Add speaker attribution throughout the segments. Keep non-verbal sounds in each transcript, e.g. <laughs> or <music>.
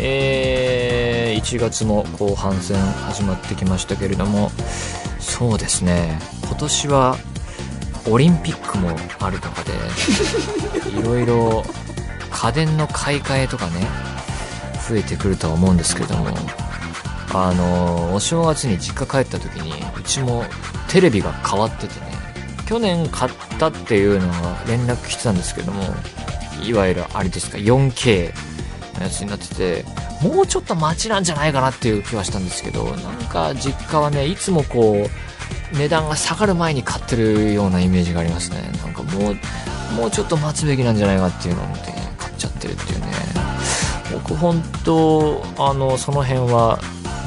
Speaker 1: えー、1月も後半戦始まってきましたけれどもそうですね今年はオリンピックもあるとかでいろいろ家電の買い替えとかね増えてくるとは思うんですけれどもあのお正月に実家帰った時にうちもテレビが変わっててね去年買ったっていうのが連絡来てたんですけどもいわゆるあれですか 4K のやつになっててもうちょっと待ちなんじゃないかなっていう気はしたんですけどなんか実家はねいつもこう値段が下がる前に買ってるようなイメージがありますねなんかもうもうちょっと待つべきなんじゃないかっていうのを思ってね買っちゃってるっていうね僕本当あのその辺は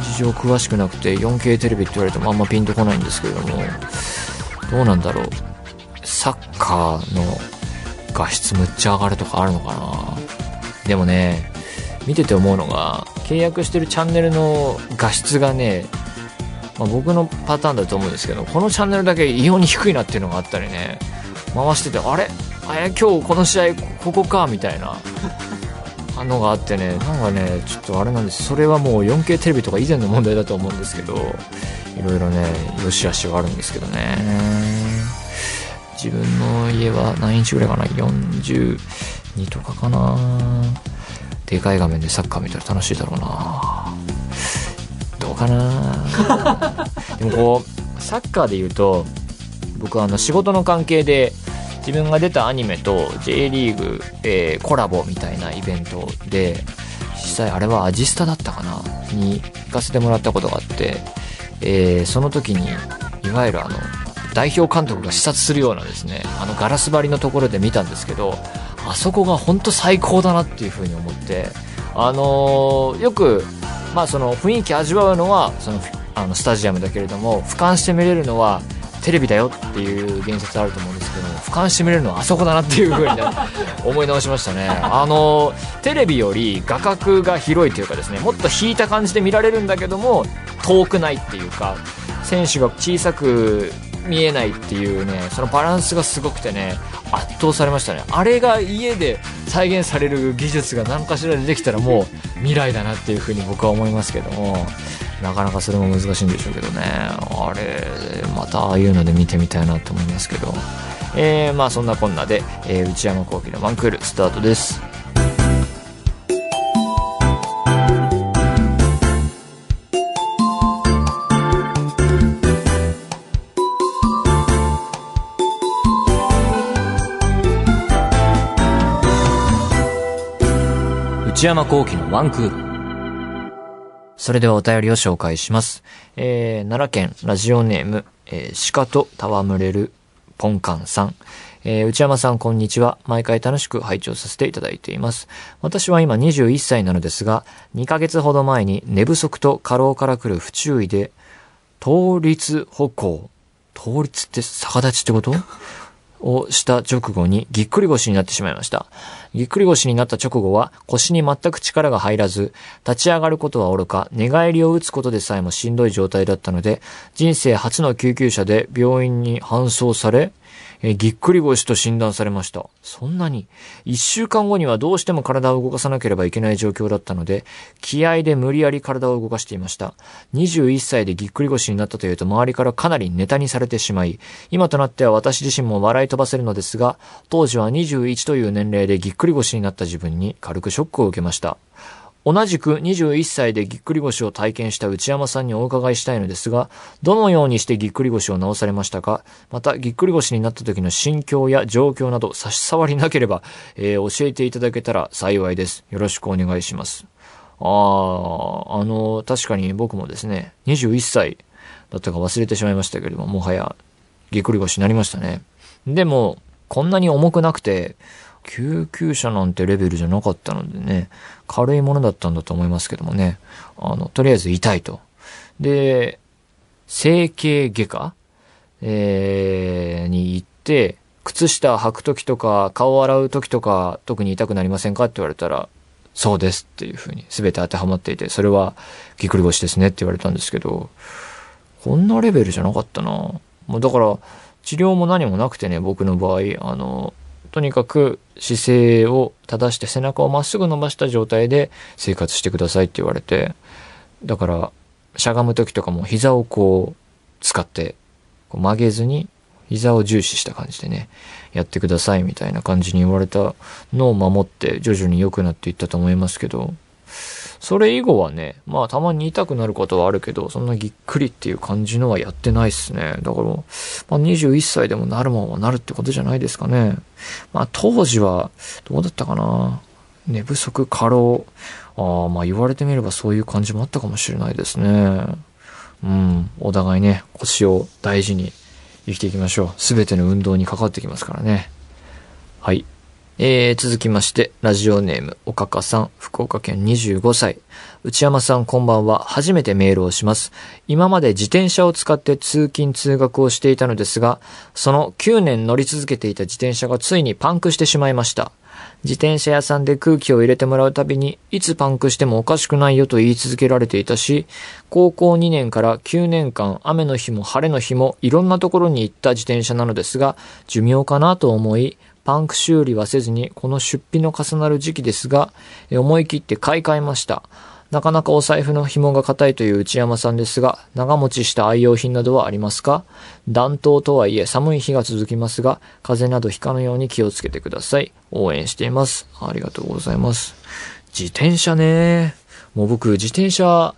Speaker 1: 事情詳しくなくて 4K テレビって言われてもあんまピンとこないんですけれどもどうなんだろうサッカーの画質むっちゃ上がるとかあるのかなでもね見てて思うのが契約してるチャンネルの画質がね、まあ僕のパターンだと思うんですけどこのチャンネルだけ異様に低いなっていうのがあったりね回しててあれあれ今日この試合ここかみたいなあのがあってねなんかねちょっとあれなんですそれはもう 4K テレビとか以前の問題だと思うんですけどいろいろね良し悪しはあるんですけどね自分の家は何インチぐらいかな42とかかなでかい画面でサッカー見たら楽しいだろうなどうかなでもこうサッカーで言うと僕はあの仕事の関係で自分が出たアニメと J リーグ、えーコラボみたいなイベントで実際あれはアジスタだったかなに行かせてもらったことがあって、えーその時にいわゆるあの代表監督が視察するようなですねあのガラス張りのところで見たんですけどあそこが本当最高だなっていうふうに思ってあのーよく、まあ、その雰囲気味わうのはそのあのスタジアムだけれども俯瞰して見れるのはテレビだよっていう現実あると思うんですけど俯瞰して見れるのはあそこだなっていうふうにね思い直しましたねあのテレビより画角が広いというかですねもっと引いた感じで見られるんだけども遠くないっていうか選手が小さく見えないっていうねそのバランスがすごくてね圧倒されましたねあれが家で再現される技術が何かしらでできたらもう未来だなっていうふうに僕は思いますけどもなかなかそれも難しいんでしょうけどねあれまたああいうので見てみたいなと思いますけどえー、まあそんなこんなで、えー内山聖輝のワンクールスタートです内山幸輝のワンクール。それではお便りを紹介します。えー、奈良県ラジオネーム、えー、鹿と戯れるポンカンさん。えー、内山さんこんにちは。毎回楽しく拝聴させていただいています。私は今21歳なのですが、2ヶ月ほど前に寝不足と過労から来る不注意で、倒立歩行。倒立って逆立ちってことをした直後にぎっくり腰になってしまいました。ぎっくり腰になった直後は腰に全く力が入らず、立ち上がることはおろか、寝返りを打つことでさえもしんどい状態だったので、人生初の救急車で病院に搬送され、えーぎっくり腰と診断されました。そんなに。一週間後にはどうしても体を動かさなければいけない状況だったので、気合で無理やり体を動かしていました。21歳でぎっくり腰になったというと周りからかなりネタにされてしまい、今となっては私自身も笑い飛ばせるのですが、当時は21という年齢でぎっくり腰になった自分に軽くショックを受けました。同じく21歳でぎっくり腰を体験した内山さんにお伺いしたいのですが、どのようにしてぎっくり腰を治されましたかまた、ぎっくり腰になった時の心境や状況など差し障りなければ、えー教えていただけたら幸いです。よろしくお願いします。ああ、あの、確かに僕もですね、21歳だったか忘れてしまいましたけれども、もはやぎっくり腰になりましたね。でも、こんなに重くなくて、救急車なんてレベルじゃなかったのでね、軽いものだったんだと思いますけどもね、あの、とりあえず痛いと。で、整形外科えー、に行って、靴下履くときとか、顔洗うときとか、特に痛くなりませんかって言われたら、そうですっていうふうに全て当てはまっていて、それはぎっくり腰ですねって言われたんですけど、こんなレベルじゃなかったなもうだから、治療も何もなくてね、僕の場合、あの、とにかく姿勢を正して背中をまっすぐ伸ばした状態で生活してくださいって言われて、だから、しゃがむ時とかも膝をこう、使って、こう曲げずに、膝を重視した感じでね、やってくださいみたいな感じに言われたのを守って、徐々に良くなっていったと思いますけど、それ以後はね、まあたまに痛くなることはあるけど、そんなぎっくりっていう感じのはやってないっすね。だから、まあ21歳でもなるもんはなるってことじゃないですかね。まあ当時は、どうだったかな。寝不足、過労。ああ、まあ言われてみればそういう感じもあったかもしれないですね。うん、お互いね、腰を大事に生きていきましょう。すべての運動にかかってきますからね。はい。えー、続きまして、ラジオネーム、おかかさん、福岡県25歳。内山さん、こんばんは。初めてメールをします。今まで自転車を使って通勤通学をしていたのですが、その9年乗り続けていた自転車がついにパンクしてしまいました。自転車屋さんで空気を入れてもらうたびに、いつパンクしてもおかしくないよと言い続けられていたし、高校2年から9年間、雨の日も晴れの日もいろんなところに行った自転車なのですが、寿命かなと思い、パンク修理はせずに、この出費の重なる時期ですが、え思い切って買い替えました。なかなかお財布の紐が硬いという内山さんですが、長持ちした愛用品などはありますか暖冬とはいえ寒い日が続きますが、風邪などひかぬように気をつけてください。応援しています。ありがとうございます。自転車ね。もう僕、自転車、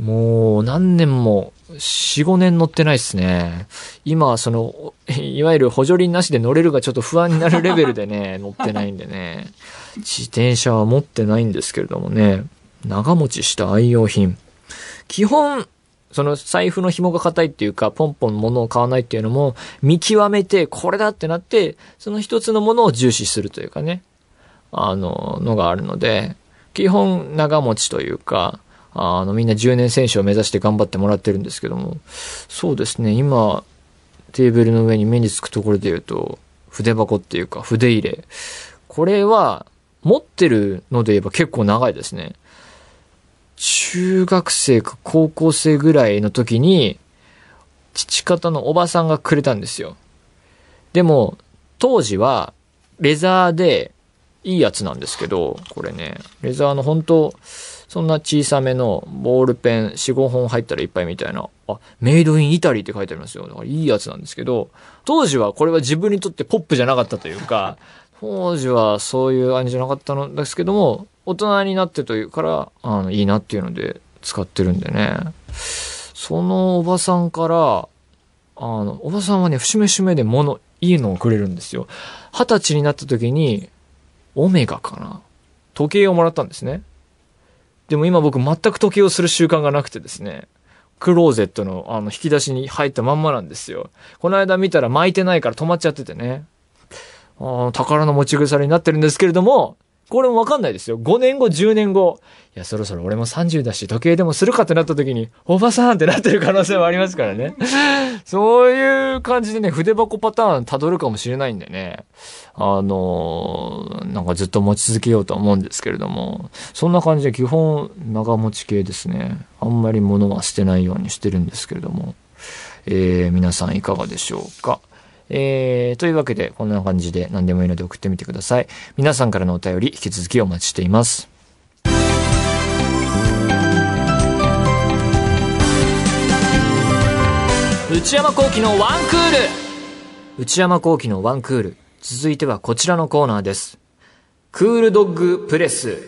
Speaker 1: もう何年も4、5年乗ってないっすね。今はその、おいわゆる補助輪なしで乗れるがちょっと不安になるレベルでね、 <laughs> 乗ってないんでね。自転車は持ってないんですけれどもね。長持ちした愛用品。基本、その財布の紐が硬いっていうか、ポンポン物を買わないっていうのも、見極めて、これだってなって、その一つのものを重視するというかね。あの、のがあるので、基本長持ちというか、あの、みんな10年選手を目指して頑張ってもらってるんですけども、そうですね、今、テーブルの上に目につくところで言うと、筆箱っていうか、筆入れ。これは、持ってるので言えば結構長いですね。中学生か高校生ぐらいの時に、父方のおばさんがくれたんですよ。でも、当時は、レザーで、いいやつなんですけど、これね、レザーの本当そんな小さめのボールペン4、5本入ったらいっぱいみたいな、あ、メイドインイタリーって書いてありますよ。だからいいやつなんですけど、当時はこれは自分にとってポップじゃなかったというか、当時はそういう感じじゃなかったのですけども、大人になってというから、あの、いいなっていうので使ってるんでね。そのおばさんから、あの、おばさんはね、節目節目で物、いいのをくれるんですよ。二十歳になった時に、オメガかな。時計をもらったんですね。でも今僕全く時計をする習慣がなくてですね。クローゼットのあの引き出しに入ったまんまなんですよ。この間見たら巻いてないから止まっちゃっててね。あー宝の持ち腐れになってるんですけれども、これもわかんないですよ。5年後、10年後。いや、そろそろ俺も30だし、時計でもするかってなった時に、おばさんってなってる可能性もありますからね。 <laughs> そういう感じでね、筆箱パターン辿るかもしれないんでね。あのーなんかずっと持ち続けようとは思うんですけれども、そんな感じで基本長持ち系ですね。あんまり物は捨てないようにしてるんですけれども、えー皆さんいかがでしょうか。えーというわけで、こんな感じで何でもいいので送ってみてください。皆さんからのお便り、引き続きお待ちしています。内山幸喜のワンクール内山幸喜のワンクール。続いてはこちらのコーナーです。クールドッグプレス。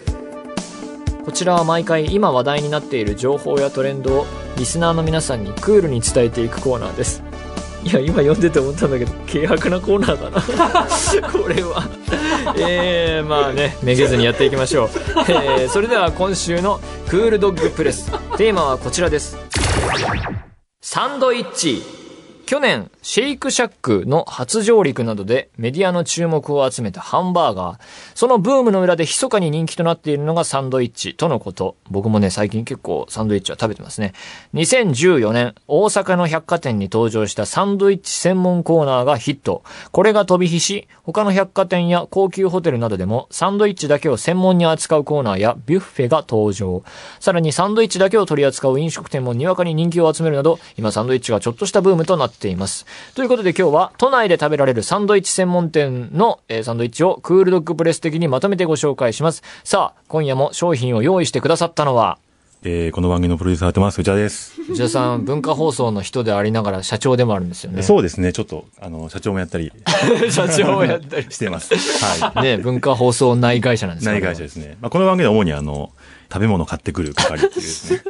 Speaker 1: こちらは毎回今話題になっている情報やトレンドをリスナーの皆さんにクールに伝えていくコーナーです。いや、今読んでて思ったんだけど、軽薄なコーナーだな。 <laughs> これは。えー、まあね、めげずにやっていきましょう。えー、それでは今週のクールドッグプレス。テーマはこちらです。サンドイッチ去年、シェイクシャックの初上陸などでメディアの注目を集めたハンバーガー。そのブームの裏で密かに人気となっているのがサンドイッチとのこと。僕もね、最近結構サンドイッチは食べてますね。2014年、大阪の百貨店に登場したサンドイッチ専門コーナーがヒット。これが飛び火し、他の百貨店や高級ホテルなどでもサンドイッチだけを専門に扱うコーナーやビュッフェが登場。さらにサンドイッチだけを取り扱う飲食店もにわかに人気を集めるなど、今サンドイッチがちょっとしたブームとなっています。ということで今日は都内で食べられるサンドイッチ専門店の、えーサンドイッチをクールドッグプレス的にまとめてご紹介します。さあ、今夜も商品を用意してくださったのは、
Speaker 2: えー、この番組のプロデューサーやってます、内田です。
Speaker 1: 内田さん、文化放送の人でありながら社長でもあるんですよね。
Speaker 2: そうですね、ちょっと、あの、社長もやったり
Speaker 1: <laughs> 社長をやったり
Speaker 2: してます。
Speaker 1: <laughs>
Speaker 2: は
Speaker 1: ね、文化放送内会社なんで
Speaker 2: い。
Speaker 1: すか
Speaker 2: 内会社ですね。まあ、この番組では主にあの、食べ物買ってくる係っていうです <laughs> ね。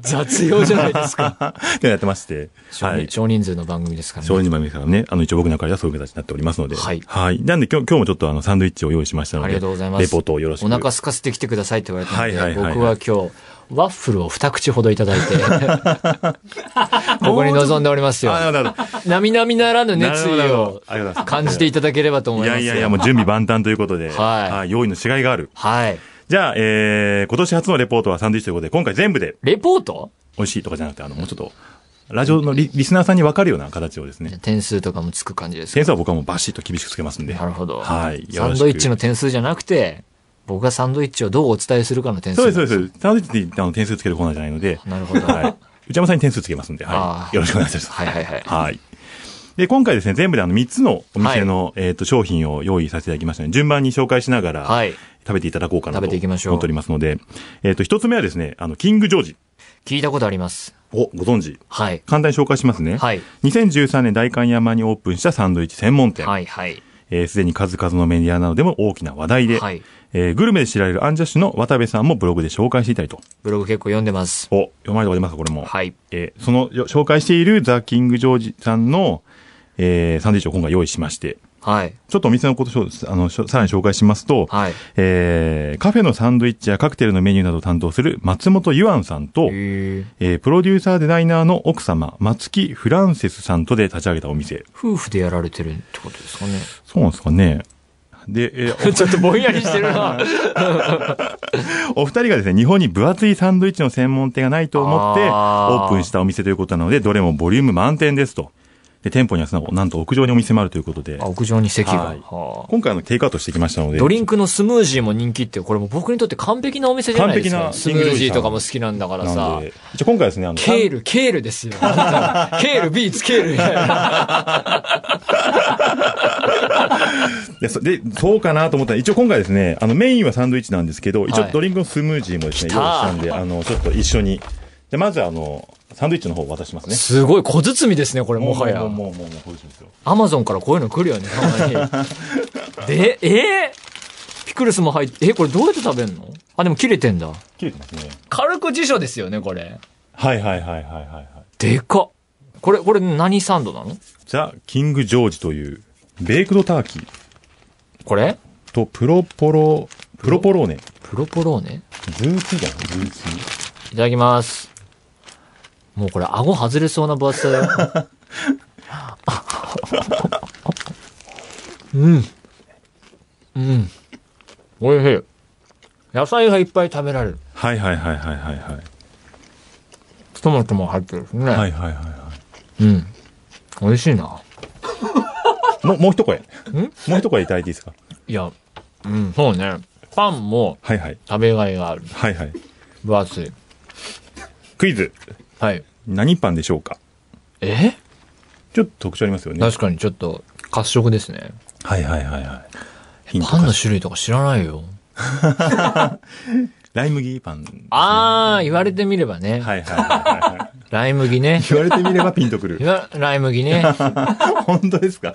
Speaker 1: 雑用じゃないですか。
Speaker 2: でやってまして。
Speaker 1: 少
Speaker 2: はい。
Speaker 1: 少人数の番組ですから
Speaker 2: 少
Speaker 1: ね。
Speaker 2: 人番組からね、あの、一応僕の中ではそういう形になっておりますので。
Speaker 1: はい
Speaker 2: なんで今日、今日もちょっとあの、サンドイッチを用意しましたので。
Speaker 1: ありがとうございます。
Speaker 2: レポートをよろしく。
Speaker 1: お腹空かせてきてくださいって言われたので、
Speaker 2: はいはいはいはい
Speaker 1: 僕は今日、ワッフルを二口ほどいただい
Speaker 2: <laughs>
Speaker 1: て、ここに臨んでおりますよ。
Speaker 2: あ、なるほど。
Speaker 1: 並々ならぬ
Speaker 2: なる
Speaker 1: 熱
Speaker 2: ほど
Speaker 1: 意
Speaker 2: なるほ
Speaker 1: を
Speaker 2: どありがとうございます
Speaker 1: 感じていただければと思
Speaker 2: い
Speaker 1: います
Speaker 2: や
Speaker 1: よ。
Speaker 2: いやいや、もう準備万端ということで。
Speaker 1: はい
Speaker 2: 用意のしがいがある。
Speaker 1: はい。
Speaker 2: じゃあ、えー、今年初のレポートはサンドイッチということで、今回全部で
Speaker 1: レポート
Speaker 2: 美味しいとかじゃなくて、あの、もうちょっと、ラジオのリリスナーさんに分かるような形をです
Speaker 1: じゃ
Speaker 2: ね
Speaker 1: あ。点数とかもつく感じですか
Speaker 2: 点数は僕はもうバシッと厳しくつけますんで。
Speaker 1: なるほど。
Speaker 2: はい。よ
Speaker 1: サ
Speaker 2: ろ
Speaker 1: ン
Speaker 2: しく
Speaker 1: ドイッチの。点数じゃなくて、僕がサンドイッチをどうお伝えするかの点数。
Speaker 2: そうです、そうです。サンドイッチにあの点数つけるコーナーじゃないので。
Speaker 1: なるほど。
Speaker 2: はい。内山さんに点数つけますんで。
Speaker 1: あ
Speaker 2: は
Speaker 1: ー
Speaker 2: い。よろしくお願いします。
Speaker 1: はいはいはい
Speaker 2: はい。で、今回ですね、全部であの3つのお店の、えっと、商品を用意させていただきましたので、順番に紹介しながら、
Speaker 1: はい
Speaker 2: 食べていただこうかな
Speaker 1: 食
Speaker 2: と。
Speaker 1: べていきましょう
Speaker 2: 思っておりますので、えっと、1つ目はですね、あの、キングジョージ
Speaker 1: 聞いたことあります。
Speaker 2: をご存知。
Speaker 1: はい。
Speaker 2: 簡単に紹介しますね。
Speaker 1: はい。
Speaker 2: 2013年代官山にオープンしたサンドイッチ専門店。
Speaker 1: はいはい。
Speaker 2: えーすでに数々のメディアなどでも大きな話題で、
Speaker 1: はい
Speaker 2: えーグルメで知られるアンジャッシュの渡部さんもブログで紹介していたりと。
Speaker 1: ブログ結構読んでます。
Speaker 2: お、読まれたことありますかこれも。
Speaker 1: はい。
Speaker 2: えーそのよ紹介しているザ・キング・ジョージさんの、えーサンドイッチを今回用意しまして、
Speaker 1: はい。
Speaker 2: ちょっとお店のことをしょあのしょさらに紹介しますと、
Speaker 1: はい
Speaker 2: えーカフェのサンドイッチやカクテルのメニューなどを担当する松本ゆあんさん
Speaker 1: へ
Speaker 2: と、
Speaker 1: え
Speaker 2: えープロデューサーデザイナーの奥様、松木フランセスさんとで立ち上げたお店。
Speaker 1: 夫婦でやられてるってことですかね。
Speaker 2: そうなんですかね。で、えー
Speaker 1: ちょっとぼんやりしてる <laughs> な。
Speaker 2: お二人がですね、日本に分厚いサンドイッチの専門店がないと思って、オ
Speaker 1: あー
Speaker 2: ープンしたお店ということなので、どれもボリューム満点ですと。で、店舗にはそのなんと屋上にお店もあるということで
Speaker 1: あ、、屋上に席が。
Speaker 2: はい
Speaker 1: はあ
Speaker 2: 今回あのテイクアウトしてきましたので、
Speaker 1: ドリンクのスムージーも人気って、これも僕にとって完璧なお店じゃないですか。
Speaker 2: 完
Speaker 1: ス
Speaker 2: 璧
Speaker 1: ム
Speaker 2: な
Speaker 1: ージーとかも好きなんだから
Speaker 2: な
Speaker 1: さ
Speaker 2: の。で、一応今回ですね、あの、
Speaker 1: ケール、ケールですよ。
Speaker 2: <laughs>
Speaker 1: ケール、ビーツ、ケールみたいな。
Speaker 2: でそでそうかなと思ったら、一応今回ですね、あの、メインはサンドイッチなんですけど、一応
Speaker 1: はい
Speaker 2: ドリンクのスムージーもです
Speaker 1: 来
Speaker 2: ね、用
Speaker 1: た
Speaker 2: 意したんで、あの、ちょっと一緒に。で、まずあの、サンドイッチの方を渡しますね。
Speaker 1: すごい小包みですね、これ、もはや
Speaker 2: もう、。もう、もう、もう、こういう人ですよ。
Speaker 1: アマゾンからこういうの来るよね、たま
Speaker 2: <laughs>
Speaker 1: に。で、えーピクルスも入って、えこれどうやって食べんのあ、でも切れてんだ。
Speaker 2: 切れてますね。
Speaker 1: 軽く辞書ですよね、これ。
Speaker 2: はいはいはいはいはいはい。
Speaker 1: でかっこれ、これ何サンドなの
Speaker 2: ザ・キング・ジョージという、ベイクドターキー
Speaker 1: これ
Speaker 2: とプロポロ、プロポローネ。
Speaker 1: プロポローネ
Speaker 2: ズーキーだよ、ズーキー。
Speaker 1: いただきます。もうこれ、顎外れそうな分厚さだよ。 <laughs> うん。うん。おいしい。野菜がいっぱい食べられる。
Speaker 2: はいはいはいはいはいはい。
Speaker 1: トマトも入ってるしね。
Speaker 2: はいはいはいは
Speaker 1: うん。美味しいな。
Speaker 2: い。もう、もう一声。もう一声いただいていいですか
Speaker 1: いや、うん、そうね。パンも
Speaker 2: はいはい。
Speaker 1: 食べがいがある。
Speaker 2: はいはい。
Speaker 1: 分厚い。
Speaker 2: クイズ。
Speaker 1: はい。
Speaker 2: 何パンでしょうか
Speaker 1: え
Speaker 2: ちょっと特徴ありますよね。
Speaker 1: 確かにちょっと、褐色ですね。
Speaker 2: はいはいはいはい。ヒント
Speaker 1: パンの
Speaker 2: か。
Speaker 1: 種類とか知らないよ。
Speaker 2: ライ麦パン。
Speaker 1: あー、言われてみればね。
Speaker 2: はいはいはいはい。
Speaker 1: ライ麦ね。
Speaker 2: <laughs> 言われてみればピンとくる
Speaker 1: い。わライ麦ね。
Speaker 2: <laughs> 本当ですか
Speaker 1: う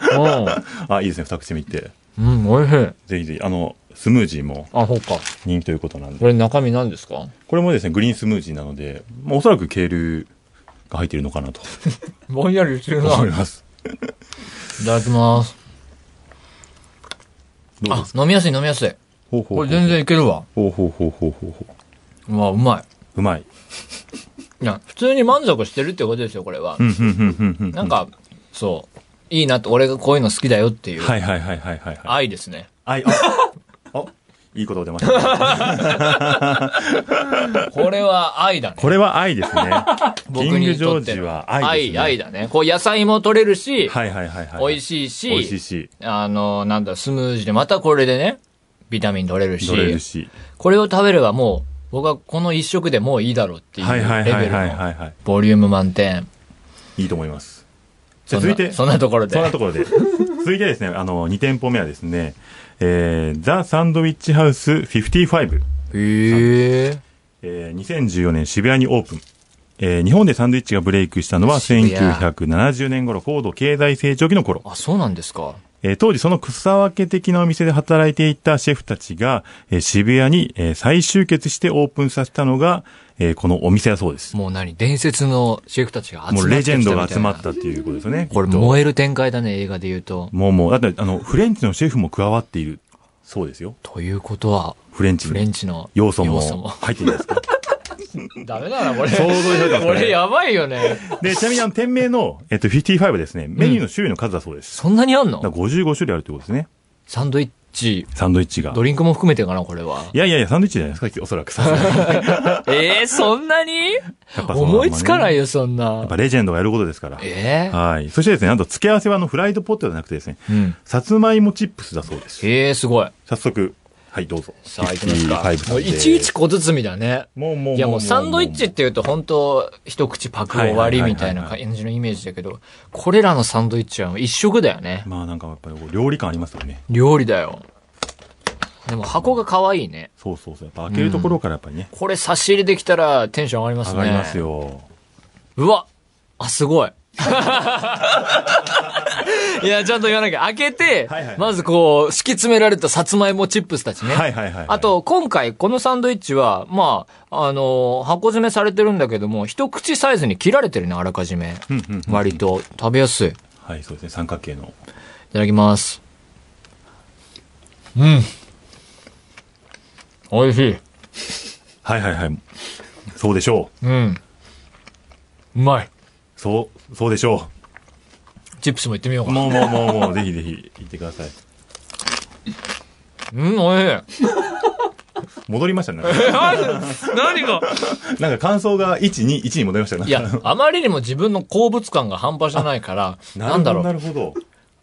Speaker 2: あ、いいですね。二口目いって。
Speaker 1: ん。うん、美味しい。
Speaker 2: ぜひぜひ、あの、スムージーも
Speaker 1: あ、ほうか。
Speaker 2: 人気ということなんで
Speaker 1: こ。れ中身何ですか
Speaker 2: これもですね、グリーンスムージーなので、まあ、おそらくケールが入っているのかなと
Speaker 1: ぼんやりしてる
Speaker 2: 思います。
Speaker 1: いただきます。
Speaker 2: どう
Speaker 1: あ
Speaker 2: ですか、
Speaker 1: 飲みやすい飲みやすい。
Speaker 2: ほうほ
Speaker 1: こ
Speaker 2: うほう
Speaker 1: れ全然いけるわ。
Speaker 2: ほうほうほうほうほうほ
Speaker 1: うわ、うまい。
Speaker 2: う。うまい。
Speaker 1: いや、普通に満足してるってことですよ、これは
Speaker 2: う。ん、うん、うん、うん。
Speaker 1: なん、か、そう。いいなと、俺がこういうの好きだよっていう
Speaker 2: はいはいはいはいはい。はい。
Speaker 1: 愛ですね。
Speaker 2: あい、あ、あいいこと出ま
Speaker 1: <laughs>
Speaker 2: した。
Speaker 1: これは愛だね。
Speaker 2: これは愛ですね。
Speaker 1: 僕
Speaker 2: キング
Speaker 1: に
Speaker 2: ジョ
Speaker 1: と
Speaker 2: ー
Speaker 1: って
Speaker 2: ジ
Speaker 1: の
Speaker 2: は愛です、ね。
Speaker 1: 愛、愛だね。こう野菜も取れるし、
Speaker 2: はいはいはいはい。
Speaker 1: 美味しいし、
Speaker 2: 美味しいし
Speaker 1: あの、なんだ、スムージーで、またこれでね、ビタミン取れるし、
Speaker 2: 乗れるし。
Speaker 1: これを食べればもう、僕はこの一食でもういいだろうっていう
Speaker 2: はい
Speaker 1: レ
Speaker 2: はいは
Speaker 1: ベ
Speaker 2: い
Speaker 1: ル
Speaker 2: はい
Speaker 1: の
Speaker 2: はいは
Speaker 1: ボリューム満点。
Speaker 2: い。いいと思います。じ
Speaker 1: そ
Speaker 2: ゃあ
Speaker 1: んな
Speaker 2: 続いて、
Speaker 1: そんなところで。
Speaker 2: そんなところで。続いてですね、あの、2店舗目はですね、えー、ザ・サンドウィッチハウス55。
Speaker 1: へえ。
Speaker 2: えー、2014年渋谷にオープン。えー、日本でサンドイッチがブレイクしたのは
Speaker 1: 渋谷
Speaker 2: 1970年頃、高度経済成長期の頃。
Speaker 1: あ、そうなんですか。
Speaker 2: えー当時その草分け的なお店で働いていたシェフたちが、えー渋谷に、えー再集結してオープンさせたのが、えーこのお店だそうです。
Speaker 1: もう何伝説のシェフたちが集まってき
Speaker 2: も
Speaker 1: たみ
Speaker 2: う
Speaker 1: たいな。
Speaker 2: レジェンドが集まったっていうことですよね。
Speaker 1: これ
Speaker 2: きっと
Speaker 1: 燃える展開だね、映画で言うと。
Speaker 2: もうもう、だってあの、フレンチのシェフも加わっている。そうですよ。
Speaker 1: ということは、
Speaker 2: フレンチ
Speaker 1: フレン
Speaker 2: の
Speaker 1: チの
Speaker 2: 要素も <laughs> 入っていますか。
Speaker 1: ダメだな、これ。
Speaker 2: 想像以上ですね
Speaker 1: これやばいよね。
Speaker 2: で、ちなみにあの、店名の、えっと、55ですね、メニューの種類の数だそうです。
Speaker 1: そんなにあんの
Speaker 2: だから55種類あるってことですね。
Speaker 1: サンドイッチ、
Speaker 2: サンドイッチが。
Speaker 1: ドリンクも含めてかな、これは。
Speaker 2: いやいやいや、サンドイッチじゃないですか、おそらく。や
Speaker 1: ええそんなに
Speaker 2: っぱその
Speaker 1: 思いつかないよ、そん
Speaker 2: や
Speaker 1: な
Speaker 2: っ。ぱレジェンドがやることですから。
Speaker 1: ええ
Speaker 2: はい。そしてですね、あと付け合わせはあのフライドポテトじゃなくてですね、
Speaker 1: うん。
Speaker 2: さつまいもチップスだそうです。
Speaker 1: ええすごい。
Speaker 2: 早速、はい、どうぞ。
Speaker 1: さあ、いきますか。
Speaker 2: 55
Speaker 1: もういちいち小包みだね。
Speaker 2: もうもう。
Speaker 1: いやもうサンドイッチっていうと本当一口パク終わりみたいな
Speaker 2: はいはいはいはい
Speaker 1: 感じのイメージだけど、これらのサンドイッチは一食だよね。
Speaker 2: まあなんかやっぱりこう料理感ありますよね。
Speaker 1: 料理だよ。でも箱が可愛いね。
Speaker 2: そうそうそう。やっぱ開けるところからやっぱりね、
Speaker 1: これ差し入れできたらテンション上がりますね。
Speaker 2: 上がります。よ。
Speaker 1: うわあ、すごい。いや、ちゃんと言わなきゃ。開けて、
Speaker 2: はいはい
Speaker 1: まずこう、敷き詰められたさつまいもチップスたちね。
Speaker 2: はいはいはいはい
Speaker 1: あと、今回、このサンドイッチは、まあ、あのー箱詰めされてるんだけども、一口サイズに切られてるね、あらかじめ。
Speaker 2: うんうん。
Speaker 1: 割と。食べやすい。い
Speaker 2: はい、そうですね。三角形の。
Speaker 1: ただきます。うん。美味しい。
Speaker 2: はいはいはい。そうでしょう。
Speaker 1: うん。うまい。
Speaker 2: そう、そうでしょ
Speaker 1: チップスもいってみよう
Speaker 2: う。
Speaker 1: か。
Speaker 2: もうもうもう
Speaker 1: <laughs>
Speaker 2: もう、ぜひぜひ、行ってください。
Speaker 1: うん、美味しい。
Speaker 2: 戻りましたね。
Speaker 1: <laughs> 何が
Speaker 2: なんか感想が1、2、1に戻りましたね。 <laughs>
Speaker 1: いや、あまりにも自分の好物感が半端じゃないから、
Speaker 2: な
Speaker 1: な
Speaker 2: る
Speaker 1: ん
Speaker 2: ほ
Speaker 1: だろ
Speaker 2: ど、な
Speaker 1: う、
Speaker 2: るほど。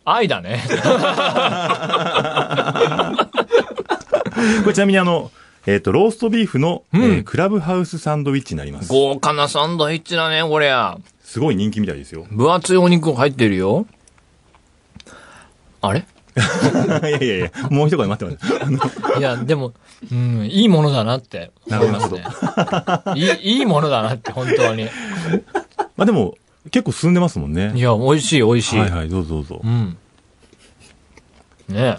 Speaker 1: 愛だね。 <laughs>
Speaker 2: これちなみにあの、えっ、と、ローストビーフの、
Speaker 1: ん
Speaker 2: えークラブハウスサンドイッチになります。
Speaker 1: 豪華なサンドイッチだね、これや。。
Speaker 2: すごい人気みたいですよ <laughs>
Speaker 1: 分厚いお肉入ってるよ。あれ
Speaker 2: いやいやいや、もう一声待ってます。
Speaker 1: いや、でも、うん、いいものだなって思いますね。いい、いいものだなって、本当に。
Speaker 2: まあでも、結構進んでますもんね
Speaker 1: い。や、美味しい、美味しい。
Speaker 2: はいはい、どうぞどうぞ
Speaker 1: う。ん。
Speaker 2: <laughs>
Speaker 1: ねえ。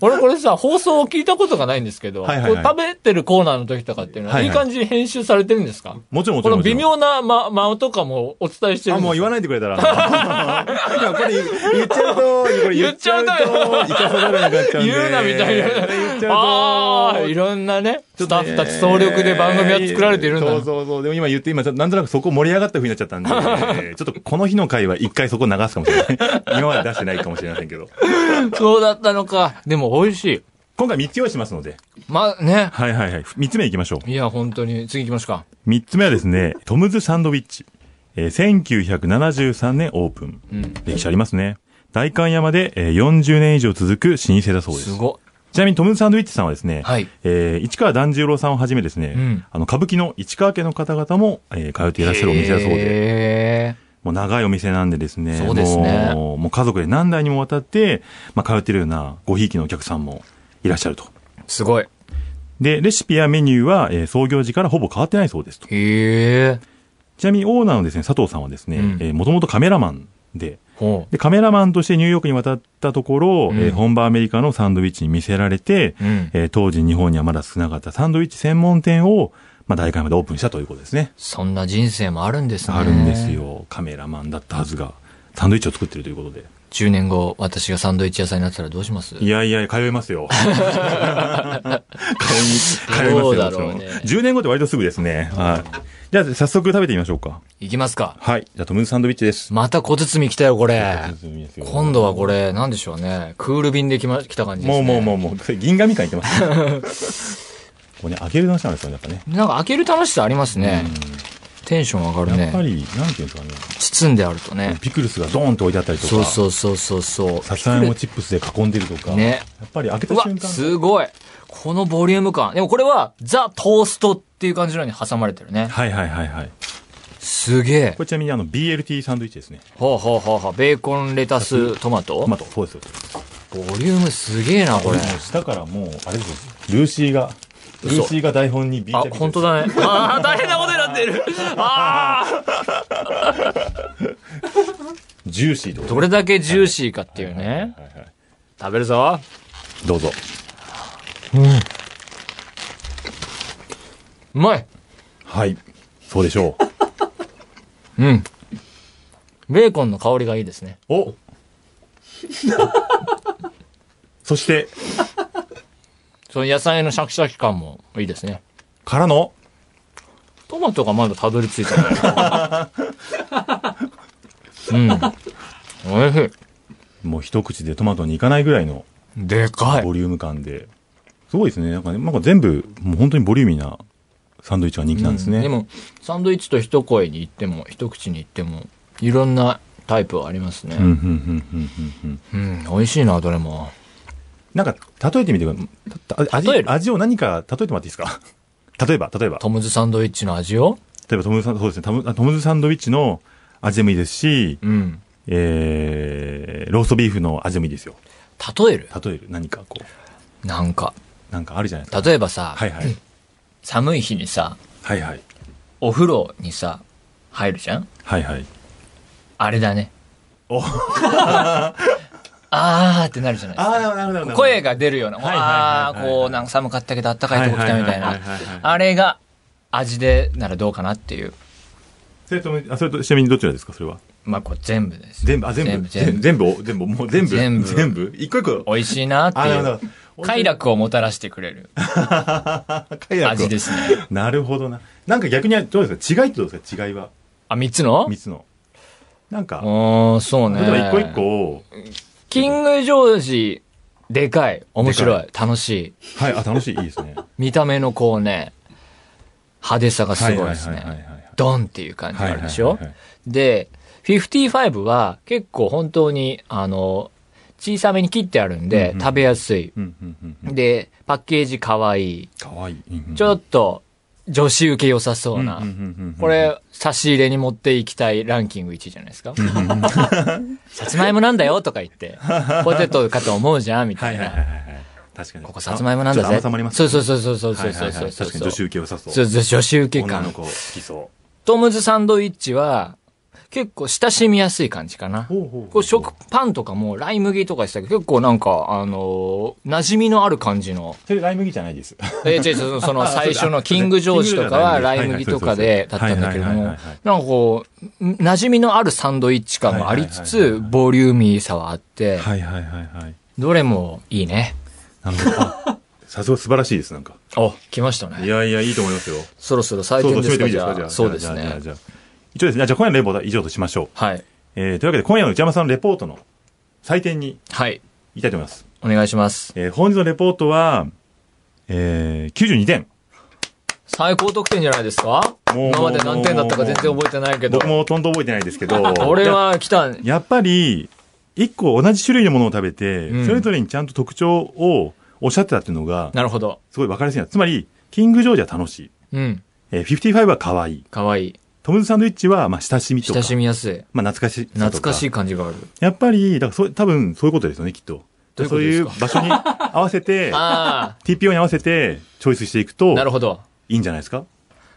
Speaker 1: 俺これさ、放送を聞いたことがないんですけど、
Speaker 2: はいはいはい
Speaker 1: こう食べてるコーナーの時とかっていうのは、
Speaker 2: はい
Speaker 1: い
Speaker 2: はい
Speaker 1: い感じに編集されてるんですか
Speaker 2: もちろんも
Speaker 1: こ
Speaker 2: ちろ
Speaker 1: の
Speaker 2: んもち
Speaker 1: 微妙
Speaker 2: ろん。
Speaker 1: な間間とかもお伝えしてる
Speaker 2: あ、
Speaker 1: ん
Speaker 2: もう
Speaker 1: で
Speaker 2: 言
Speaker 1: す
Speaker 2: わないでくれたら。いやこれ言っちゃうと、これ言っちゃうと、
Speaker 1: 言
Speaker 2: 行かさざるを得なくなっちゃうんで。
Speaker 1: 言うなみたいな
Speaker 2: 言っちゃうと。
Speaker 1: ああ、いろんなね、スタッフたち総力で番組は作られているんだ
Speaker 2: そう
Speaker 1: な。
Speaker 2: そうそう。でも今言って、今、ちょっとなんとなくそこ盛り上がった風になっちゃったん
Speaker 1: <laughs>
Speaker 2: で、えーちょっとこの日の回は一回そこ流すかもしれない。今まで出してないかもしれませんけど。
Speaker 1: そうだったのか。でも美味しい。
Speaker 2: 今回3つ用意しますので。
Speaker 1: まあね。
Speaker 2: はいはいはい。3つ目行きましょ
Speaker 1: いや、本当に。次行きますか。
Speaker 2: う。3つ目はですね、トムズサンドウィッチ。えー1973年オープン。
Speaker 1: うん。
Speaker 2: 歴史ありますね。代官山で、えー40年以上続く老舗だそうですす。
Speaker 1: ご
Speaker 2: ちなみにトムズサンドウィッチさんはですね、
Speaker 1: はい
Speaker 2: えー市川團十郎さんをはじめですね、
Speaker 1: うん
Speaker 2: あの、歌舞伎の市川家の方々も、えー通って
Speaker 1: い。
Speaker 2: いらっしゃるお店だそうで、
Speaker 1: で。
Speaker 2: もう長いお店なんでですね。
Speaker 1: そうですね
Speaker 2: もうもう家族で何代にもわたって、まあ、通ってるようなごひいきのお客さんもいらっしゃると。
Speaker 1: すごい。
Speaker 2: で、レシピやメニューは、えー創業時からほぼ変わってないそうですと。
Speaker 1: へえ。
Speaker 2: ちなみにオーナーのですね、佐藤さんはですね、
Speaker 1: うん
Speaker 2: えもともとカメラマンで、
Speaker 1: ほ
Speaker 2: で、カメラマンとしてニューヨークに渡ったところ、
Speaker 1: うん
Speaker 2: えー本場アメリカのサンドイッチに見せられて、
Speaker 1: う。うん。
Speaker 2: えー当時日本にはまだ少なかったサンドイッチ専門店を、まあ、大会までオープンしたということですね。
Speaker 1: そんな人生もあるんですね。
Speaker 2: あるんです。よ。カメラマンだったはずが、サンドイッチを作ってるということで。
Speaker 1: 10年後、私がサンドイッチ屋さんになってたらどうします
Speaker 2: いやいや、通いま
Speaker 1: <laughs>
Speaker 2: すよ。通い、通います
Speaker 1: ど
Speaker 2: よ、
Speaker 1: うだ
Speaker 2: もち
Speaker 1: ろ
Speaker 2: ろ。
Speaker 1: うんね
Speaker 2: 10年後って割とすぐですね。はい。じゃあ、早速食べてみましょうか。
Speaker 1: いきますか。
Speaker 2: はい。じゃあ、トムズサンドイッチです。
Speaker 1: また小包来たよ、これ。今
Speaker 2: 度。
Speaker 1: 度はこれ、なんでしょうね。クール便で来ま、来た感じで
Speaker 2: も
Speaker 1: す
Speaker 2: う
Speaker 1: ね。
Speaker 2: もうもうもう、それ銀紙感いってますね。
Speaker 1: <laughs>
Speaker 2: ここね、開ける話なんですよね、やっぱね。
Speaker 1: なんか開ける楽しさありますね。テンション上がる
Speaker 2: やっぱ
Speaker 1: ね。
Speaker 2: り、なんていうんですかね。
Speaker 1: 包んであるとね。
Speaker 2: ピクルスがドーンと置いてあったりとか。
Speaker 1: そうそうそうそうそう。
Speaker 2: さつまいもチップスで囲んでるとか。
Speaker 1: ね
Speaker 2: やっぱり開けた
Speaker 1: うわ
Speaker 2: 瞬、間。
Speaker 1: すごい。このボリューム感。でもこれは、ザ・トーストっていう感じのに挟まれてるね。
Speaker 2: はいはいはいはい。
Speaker 1: すげえ
Speaker 2: こ。れちなみにあの、BLT サンドイッチですね。
Speaker 1: ほうほうほうほう。ベーコン、レタス、トマト
Speaker 2: トマト、そうですよ。
Speaker 1: ボリュームすげえな、これ
Speaker 2: も。う下からもう、あれですよ。ルーシーが、ル
Speaker 1: 嘘
Speaker 2: ーシーが台本に B
Speaker 1: あ、本当
Speaker 2: だ。
Speaker 1: だね。ああ、大変なことになってる。ああ。
Speaker 2: ジューシーと。
Speaker 1: どれだけジューシーかっていうね。
Speaker 2: はいはい
Speaker 1: 食べるぞ。
Speaker 2: どうぞ。
Speaker 1: うまい。
Speaker 2: はい。そうでしょう。
Speaker 1: うん。ベーコンの香りがいいですね。 <laughs>
Speaker 2: おそして、
Speaker 1: その野菜のシャキシャキ感もいいですね。
Speaker 2: からの、
Speaker 1: トマトがまだたどり着いて
Speaker 2: <laughs>
Speaker 1: ない。うん。おいしい。
Speaker 2: もう一口でトマトにいかないぐらいの
Speaker 1: でか
Speaker 2: ボ。リューム感で。すごいですね。なんかね、なんか全部、もう本当にボリューミーなサンドイッチが人気なんですね。
Speaker 1: でも、サンドイッチと一声に行っても、一口に行っても、いろんなタイプはあります
Speaker 2: うん、うん、う
Speaker 1: ね。
Speaker 2: ん、うん、うん、う
Speaker 1: う
Speaker 2: ん。
Speaker 1: ん、美味しいな、どれも。
Speaker 2: なんか、例えてみてください。味
Speaker 1: 例え、る
Speaker 2: 味を何か例えてもらっていいですか <laughs> 例えば、例えば。
Speaker 1: トムズサンドイッチの味を
Speaker 2: 例えばトムズサンド、そうですね、トムトムズサンドイッチの味でもいいですし、
Speaker 1: うん。
Speaker 2: えー、ローストビーフの味でもいいですよ。
Speaker 1: 例える
Speaker 2: 例える、何かこう、
Speaker 1: なんか。
Speaker 2: なんかあるじゃないですか。
Speaker 1: 例えばさ、
Speaker 2: はいはい。
Speaker 1: 寒い日にさ、
Speaker 2: はいはい。
Speaker 1: お風呂にさ、入るじゃん
Speaker 2: はいはい。
Speaker 1: あれだね。
Speaker 2: お
Speaker 1: あーってなるじゃないですか。
Speaker 2: ああ、なるほど、なるほど。
Speaker 1: 声が出るような、
Speaker 2: はいはいはいはい
Speaker 1: あーこう、なんか寒かったけど、あったかいとこ来たみたい
Speaker 2: は
Speaker 1: ない
Speaker 2: はいはいはいはい。
Speaker 1: あれが、味でならどうかなっていう。
Speaker 2: それとも、あ、それと、ちなみにどちらですか、それは。
Speaker 1: まあ、こう全部です。
Speaker 2: 全部、あ、全部、
Speaker 1: 全部。
Speaker 2: 全部、お全部、もう全部、
Speaker 1: 全部
Speaker 2: 全部、一個一個。
Speaker 1: 美味しいなって
Speaker 2: あ、ないるほ
Speaker 1: う。
Speaker 2: ど。
Speaker 1: 快楽をもたらしてくれる
Speaker 2: 快楽を
Speaker 1: 味ですね。
Speaker 2: なるほどな。なんか逆に、どうですか違いってどうですか違いは。
Speaker 1: あ、三つの
Speaker 2: 三つの。なんか、
Speaker 1: うーん、そうね。
Speaker 2: 例えば一個一個を、
Speaker 1: キングジョージ、でかい。面白い。楽しい。
Speaker 2: はい、あ、楽しい、いいですね。
Speaker 1: 見た目のこうね、派手さがすごいです
Speaker 2: はいはいはいはいはい
Speaker 1: ね。ドンっていう感じがあるでし
Speaker 2: は
Speaker 1: ょ
Speaker 2: いはいはいはい
Speaker 1: で、55は結構本当に、あの、小さめに切ってあるんで、
Speaker 2: うんうん
Speaker 1: 食べやすい。
Speaker 2: うん、うん、うんうん。
Speaker 1: で、パッケージ可愛い。
Speaker 2: かわいい。うんうん
Speaker 1: ちょっと、女子受け良さそうな。
Speaker 2: うんうんうんうん
Speaker 1: これ、差し入れに持っていきたいランキング1位じゃないですか。 <laughs> さつまいもなんだよとか言
Speaker 2: <laughs>
Speaker 1: って、ポテトかと思うじゃんみた
Speaker 2: はい
Speaker 1: い
Speaker 2: はいはい
Speaker 1: な。
Speaker 2: はいはい。確かに。
Speaker 1: ここさつまいもなんだ
Speaker 2: ちょっと
Speaker 1: ぜ。
Speaker 2: 甘さもあります
Speaker 1: そうそうそうそうそう
Speaker 2: は
Speaker 1: そう
Speaker 2: いは
Speaker 1: そ
Speaker 2: いうは
Speaker 1: そう
Speaker 2: い。
Speaker 1: そう。
Speaker 2: 確かに女子受け良さそう。
Speaker 1: そうそう、女子受け
Speaker 2: 女の
Speaker 1: 感。
Speaker 2: 子好きそ
Speaker 1: トムズサンドイッチは、結構親しみやすい感じかな。
Speaker 2: う。ほうほうほう
Speaker 1: こう食パンとかもライ麦とかしたけど、結構なんか、あのー馴染みのある感じの。
Speaker 2: それライ麦じゃないです。 <laughs>
Speaker 1: えー、違う違うその、その最初のキングジョージとかはライ麦とかでだったんだけれども、なん
Speaker 2: はいはいはいはい
Speaker 1: かこう、ん馴染みのあるサンドイッチ感もありつ
Speaker 2: はいはいは
Speaker 1: つ
Speaker 2: い、はい
Speaker 1: ボリューミーさはあって、
Speaker 2: はいはいはいはい。
Speaker 1: どれもいいね。
Speaker 2: なるほどあ。さすが素晴らしいです、なんか。
Speaker 1: お、来ましたね
Speaker 2: い。やいや、いいと思いますよ。
Speaker 1: そろそろ採
Speaker 2: そう
Speaker 1: 点
Speaker 2: そう、
Speaker 1: で
Speaker 2: 締め
Speaker 1: す
Speaker 2: ても
Speaker 1: か
Speaker 2: いい
Speaker 1: じ
Speaker 2: ですか
Speaker 1: ゃ
Speaker 2: じゃあ。
Speaker 1: あ、そうです
Speaker 2: じゃあ
Speaker 1: ね。
Speaker 2: じゃあじゃあ一応ですね、じゃあ今夜のレポートは以上としましょう。
Speaker 1: はい。
Speaker 2: えー、というわけで今夜の内山さんのレポートの採点に
Speaker 1: はい。
Speaker 2: いきたいと思います。
Speaker 1: お願いします。
Speaker 2: えー、本日のレポートは、えー、92点。
Speaker 1: 最高得点じゃないですか
Speaker 2: もう
Speaker 1: 今まで何点だったか全然覚えてないけど。
Speaker 2: 僕。もほとんど覚えてないですけ <laughs> ど
Speaker 1: 俺は来た。
Speaker 2: やっぱり、一個同じ種類のものを食べて、
Speaker 1: うん
Speaker 2: それぞれにちゃんと特徴をおっしゃってたっていうのが、
Speaker 1: なるほど。
Speaker 2: すごい分かりやすいな。つまり、キングジョージは楽しい。
Speaker 1: うん。
Speaker 2: えー、55は可愛い。
Speaker 1: かわいい。
Speaker 2: トムズサンドイッチは、まあ、親しみとか。
Speaker 1: 親しみやすい。
Speaker 2: まあ、懐かしい。
Speaker 1: 懐かしい
Speaker 2: い。
Speaker 1: 感じがある。
Speaker 2: やっぱり、だからそう、多分そういうことですよね、きっと。
Speaker 1: どういうこ
Speaker 2: そ
Speaker 1: と
Speaker 2: う
Speaker 1: で
Speaker 2: い
Speaker 1: す
Speaker 2: う
Speaker 1: か、
Speaker 2: 場所に合わせて
Speaker 1: <laughs> あ
Speaker 2: TPO に合わせて、チョイスしていく
Speaker 1: あ、
Speaker 2: と、
Speaker 1: なるほど。
Speaker 2: いいんじゃないですか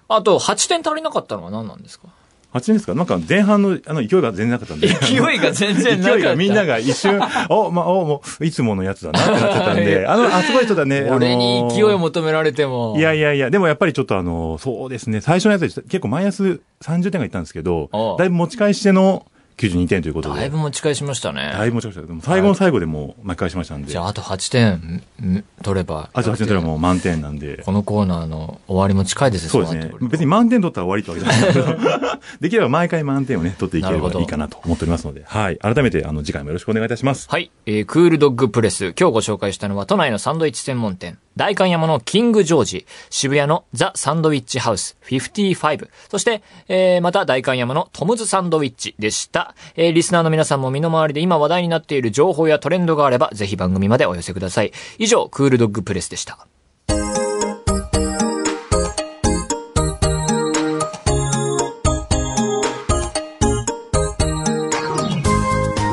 Speaker 1: あと、8点足りなかったのは何なんですか
Speaker 2: ?8 年ですかなんか前半の、あの、勢いが全然なかったんで。
Speaker 1: <laughs> 勢いが全然なかった。
Speaker 2: 勢いがみんなが
Speaker 1: <laughs>
Speaker 2: 一瞬、お、まあ、お、もう、いつものやつだなってなっちゃったんで、あの、あ、すごい人だね。
Speaker 1: 俺に勢い
Speaker 2: を
Speaker 1: を求められても。
Speaker 2: いやいやいや、でもやっぱりちょっとあの、そうですね、最初のやつで結構マイナス30点がいったんですけど
Speaker 1: ああ、
Speaker 2: だいぶ持ち返しての92点ということで。
Speaker 1: だいぶ持ち返しましたね。
Speaker 2: だいぶ持ちました。でも最後の最後でもう巻き返しましたんで。
Speaker 1: じゃあ、あと8点ん取れば。
Speaker 2: あと8点取ればもう満点なんで。
Speaker 1: このコーナーの終わりも近いです
Speaker 2: そうですね。別に満点取ったら終わりってわけじゃないですけ
Speaker 1: <laughs>
Speaker 2: ど、できれば毎回満点をね、取っていけれ
Speaker 1: なる
Speaker 2: ば
Speaker 1: ほど
Speaker 2: いいかなと思っておりますので、はい。改めて、あの、次回もよろしくお願いいたします。
Speaker 1: はい、えー、クールドッグプレス。今日ご紹介したのは都内のサンドイッチ専門店、代官山のキングジョージ、渋谷のザ・サンドイッチハウス55、そして、えー、また代官山のトムズサンドイッチでした。えー、リスナーの皆さんも身の回りで今話題になっている情報やトレンドがあれば、ぜひ番組までお寄せください。以上、クールドッグプレスでした。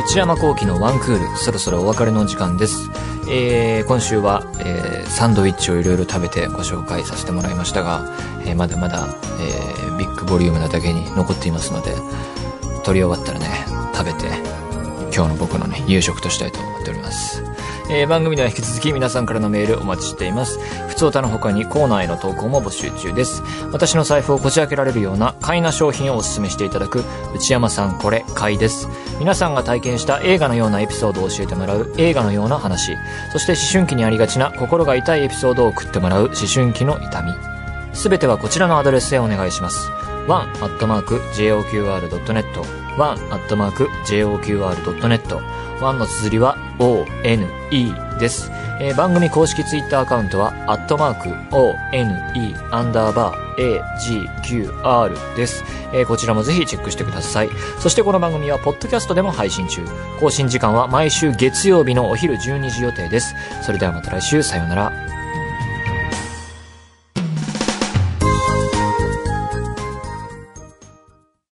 Speaker 1: 内山幸喜のワンクール、そろそろお別れの時間です。えー、今週は、えー、サンドイッチをいろいろ食べてご紹介させてもらいましたが、えー、まだまだ、えー、ビッグボリュームなだけに残っていますので、取り終わったらね、食べて、今日の僕のね、夕食としたいと思っております。えー、番組では引き続き皆さんからのメールお待ちしています。ふつおたの他にコーナーへの投稿も募集中です。私の財布をこじ開けられるような買いな商品をお勧めしていただく、内山さんこれ買いです。皆さんが体験した映画のようなエピソードを教えてもらう映画のような話、そして思春期にありがちな心が痛いエピソードを送ってもらう思春期の痛み。すべてはこちらのアドレスへお願いします。one.joqr.net one.joqr.net one の綴りは one です。えー番組公式ツイッターアカウントは、アットマーク one アンダーバー agqr です。えーこちらもぜひチェックしてください。そしてこの番組は、ポッドキャストでも配信中。更新時間は毎週月曜日のお昼12時予定です。それではまた来週、さようなら。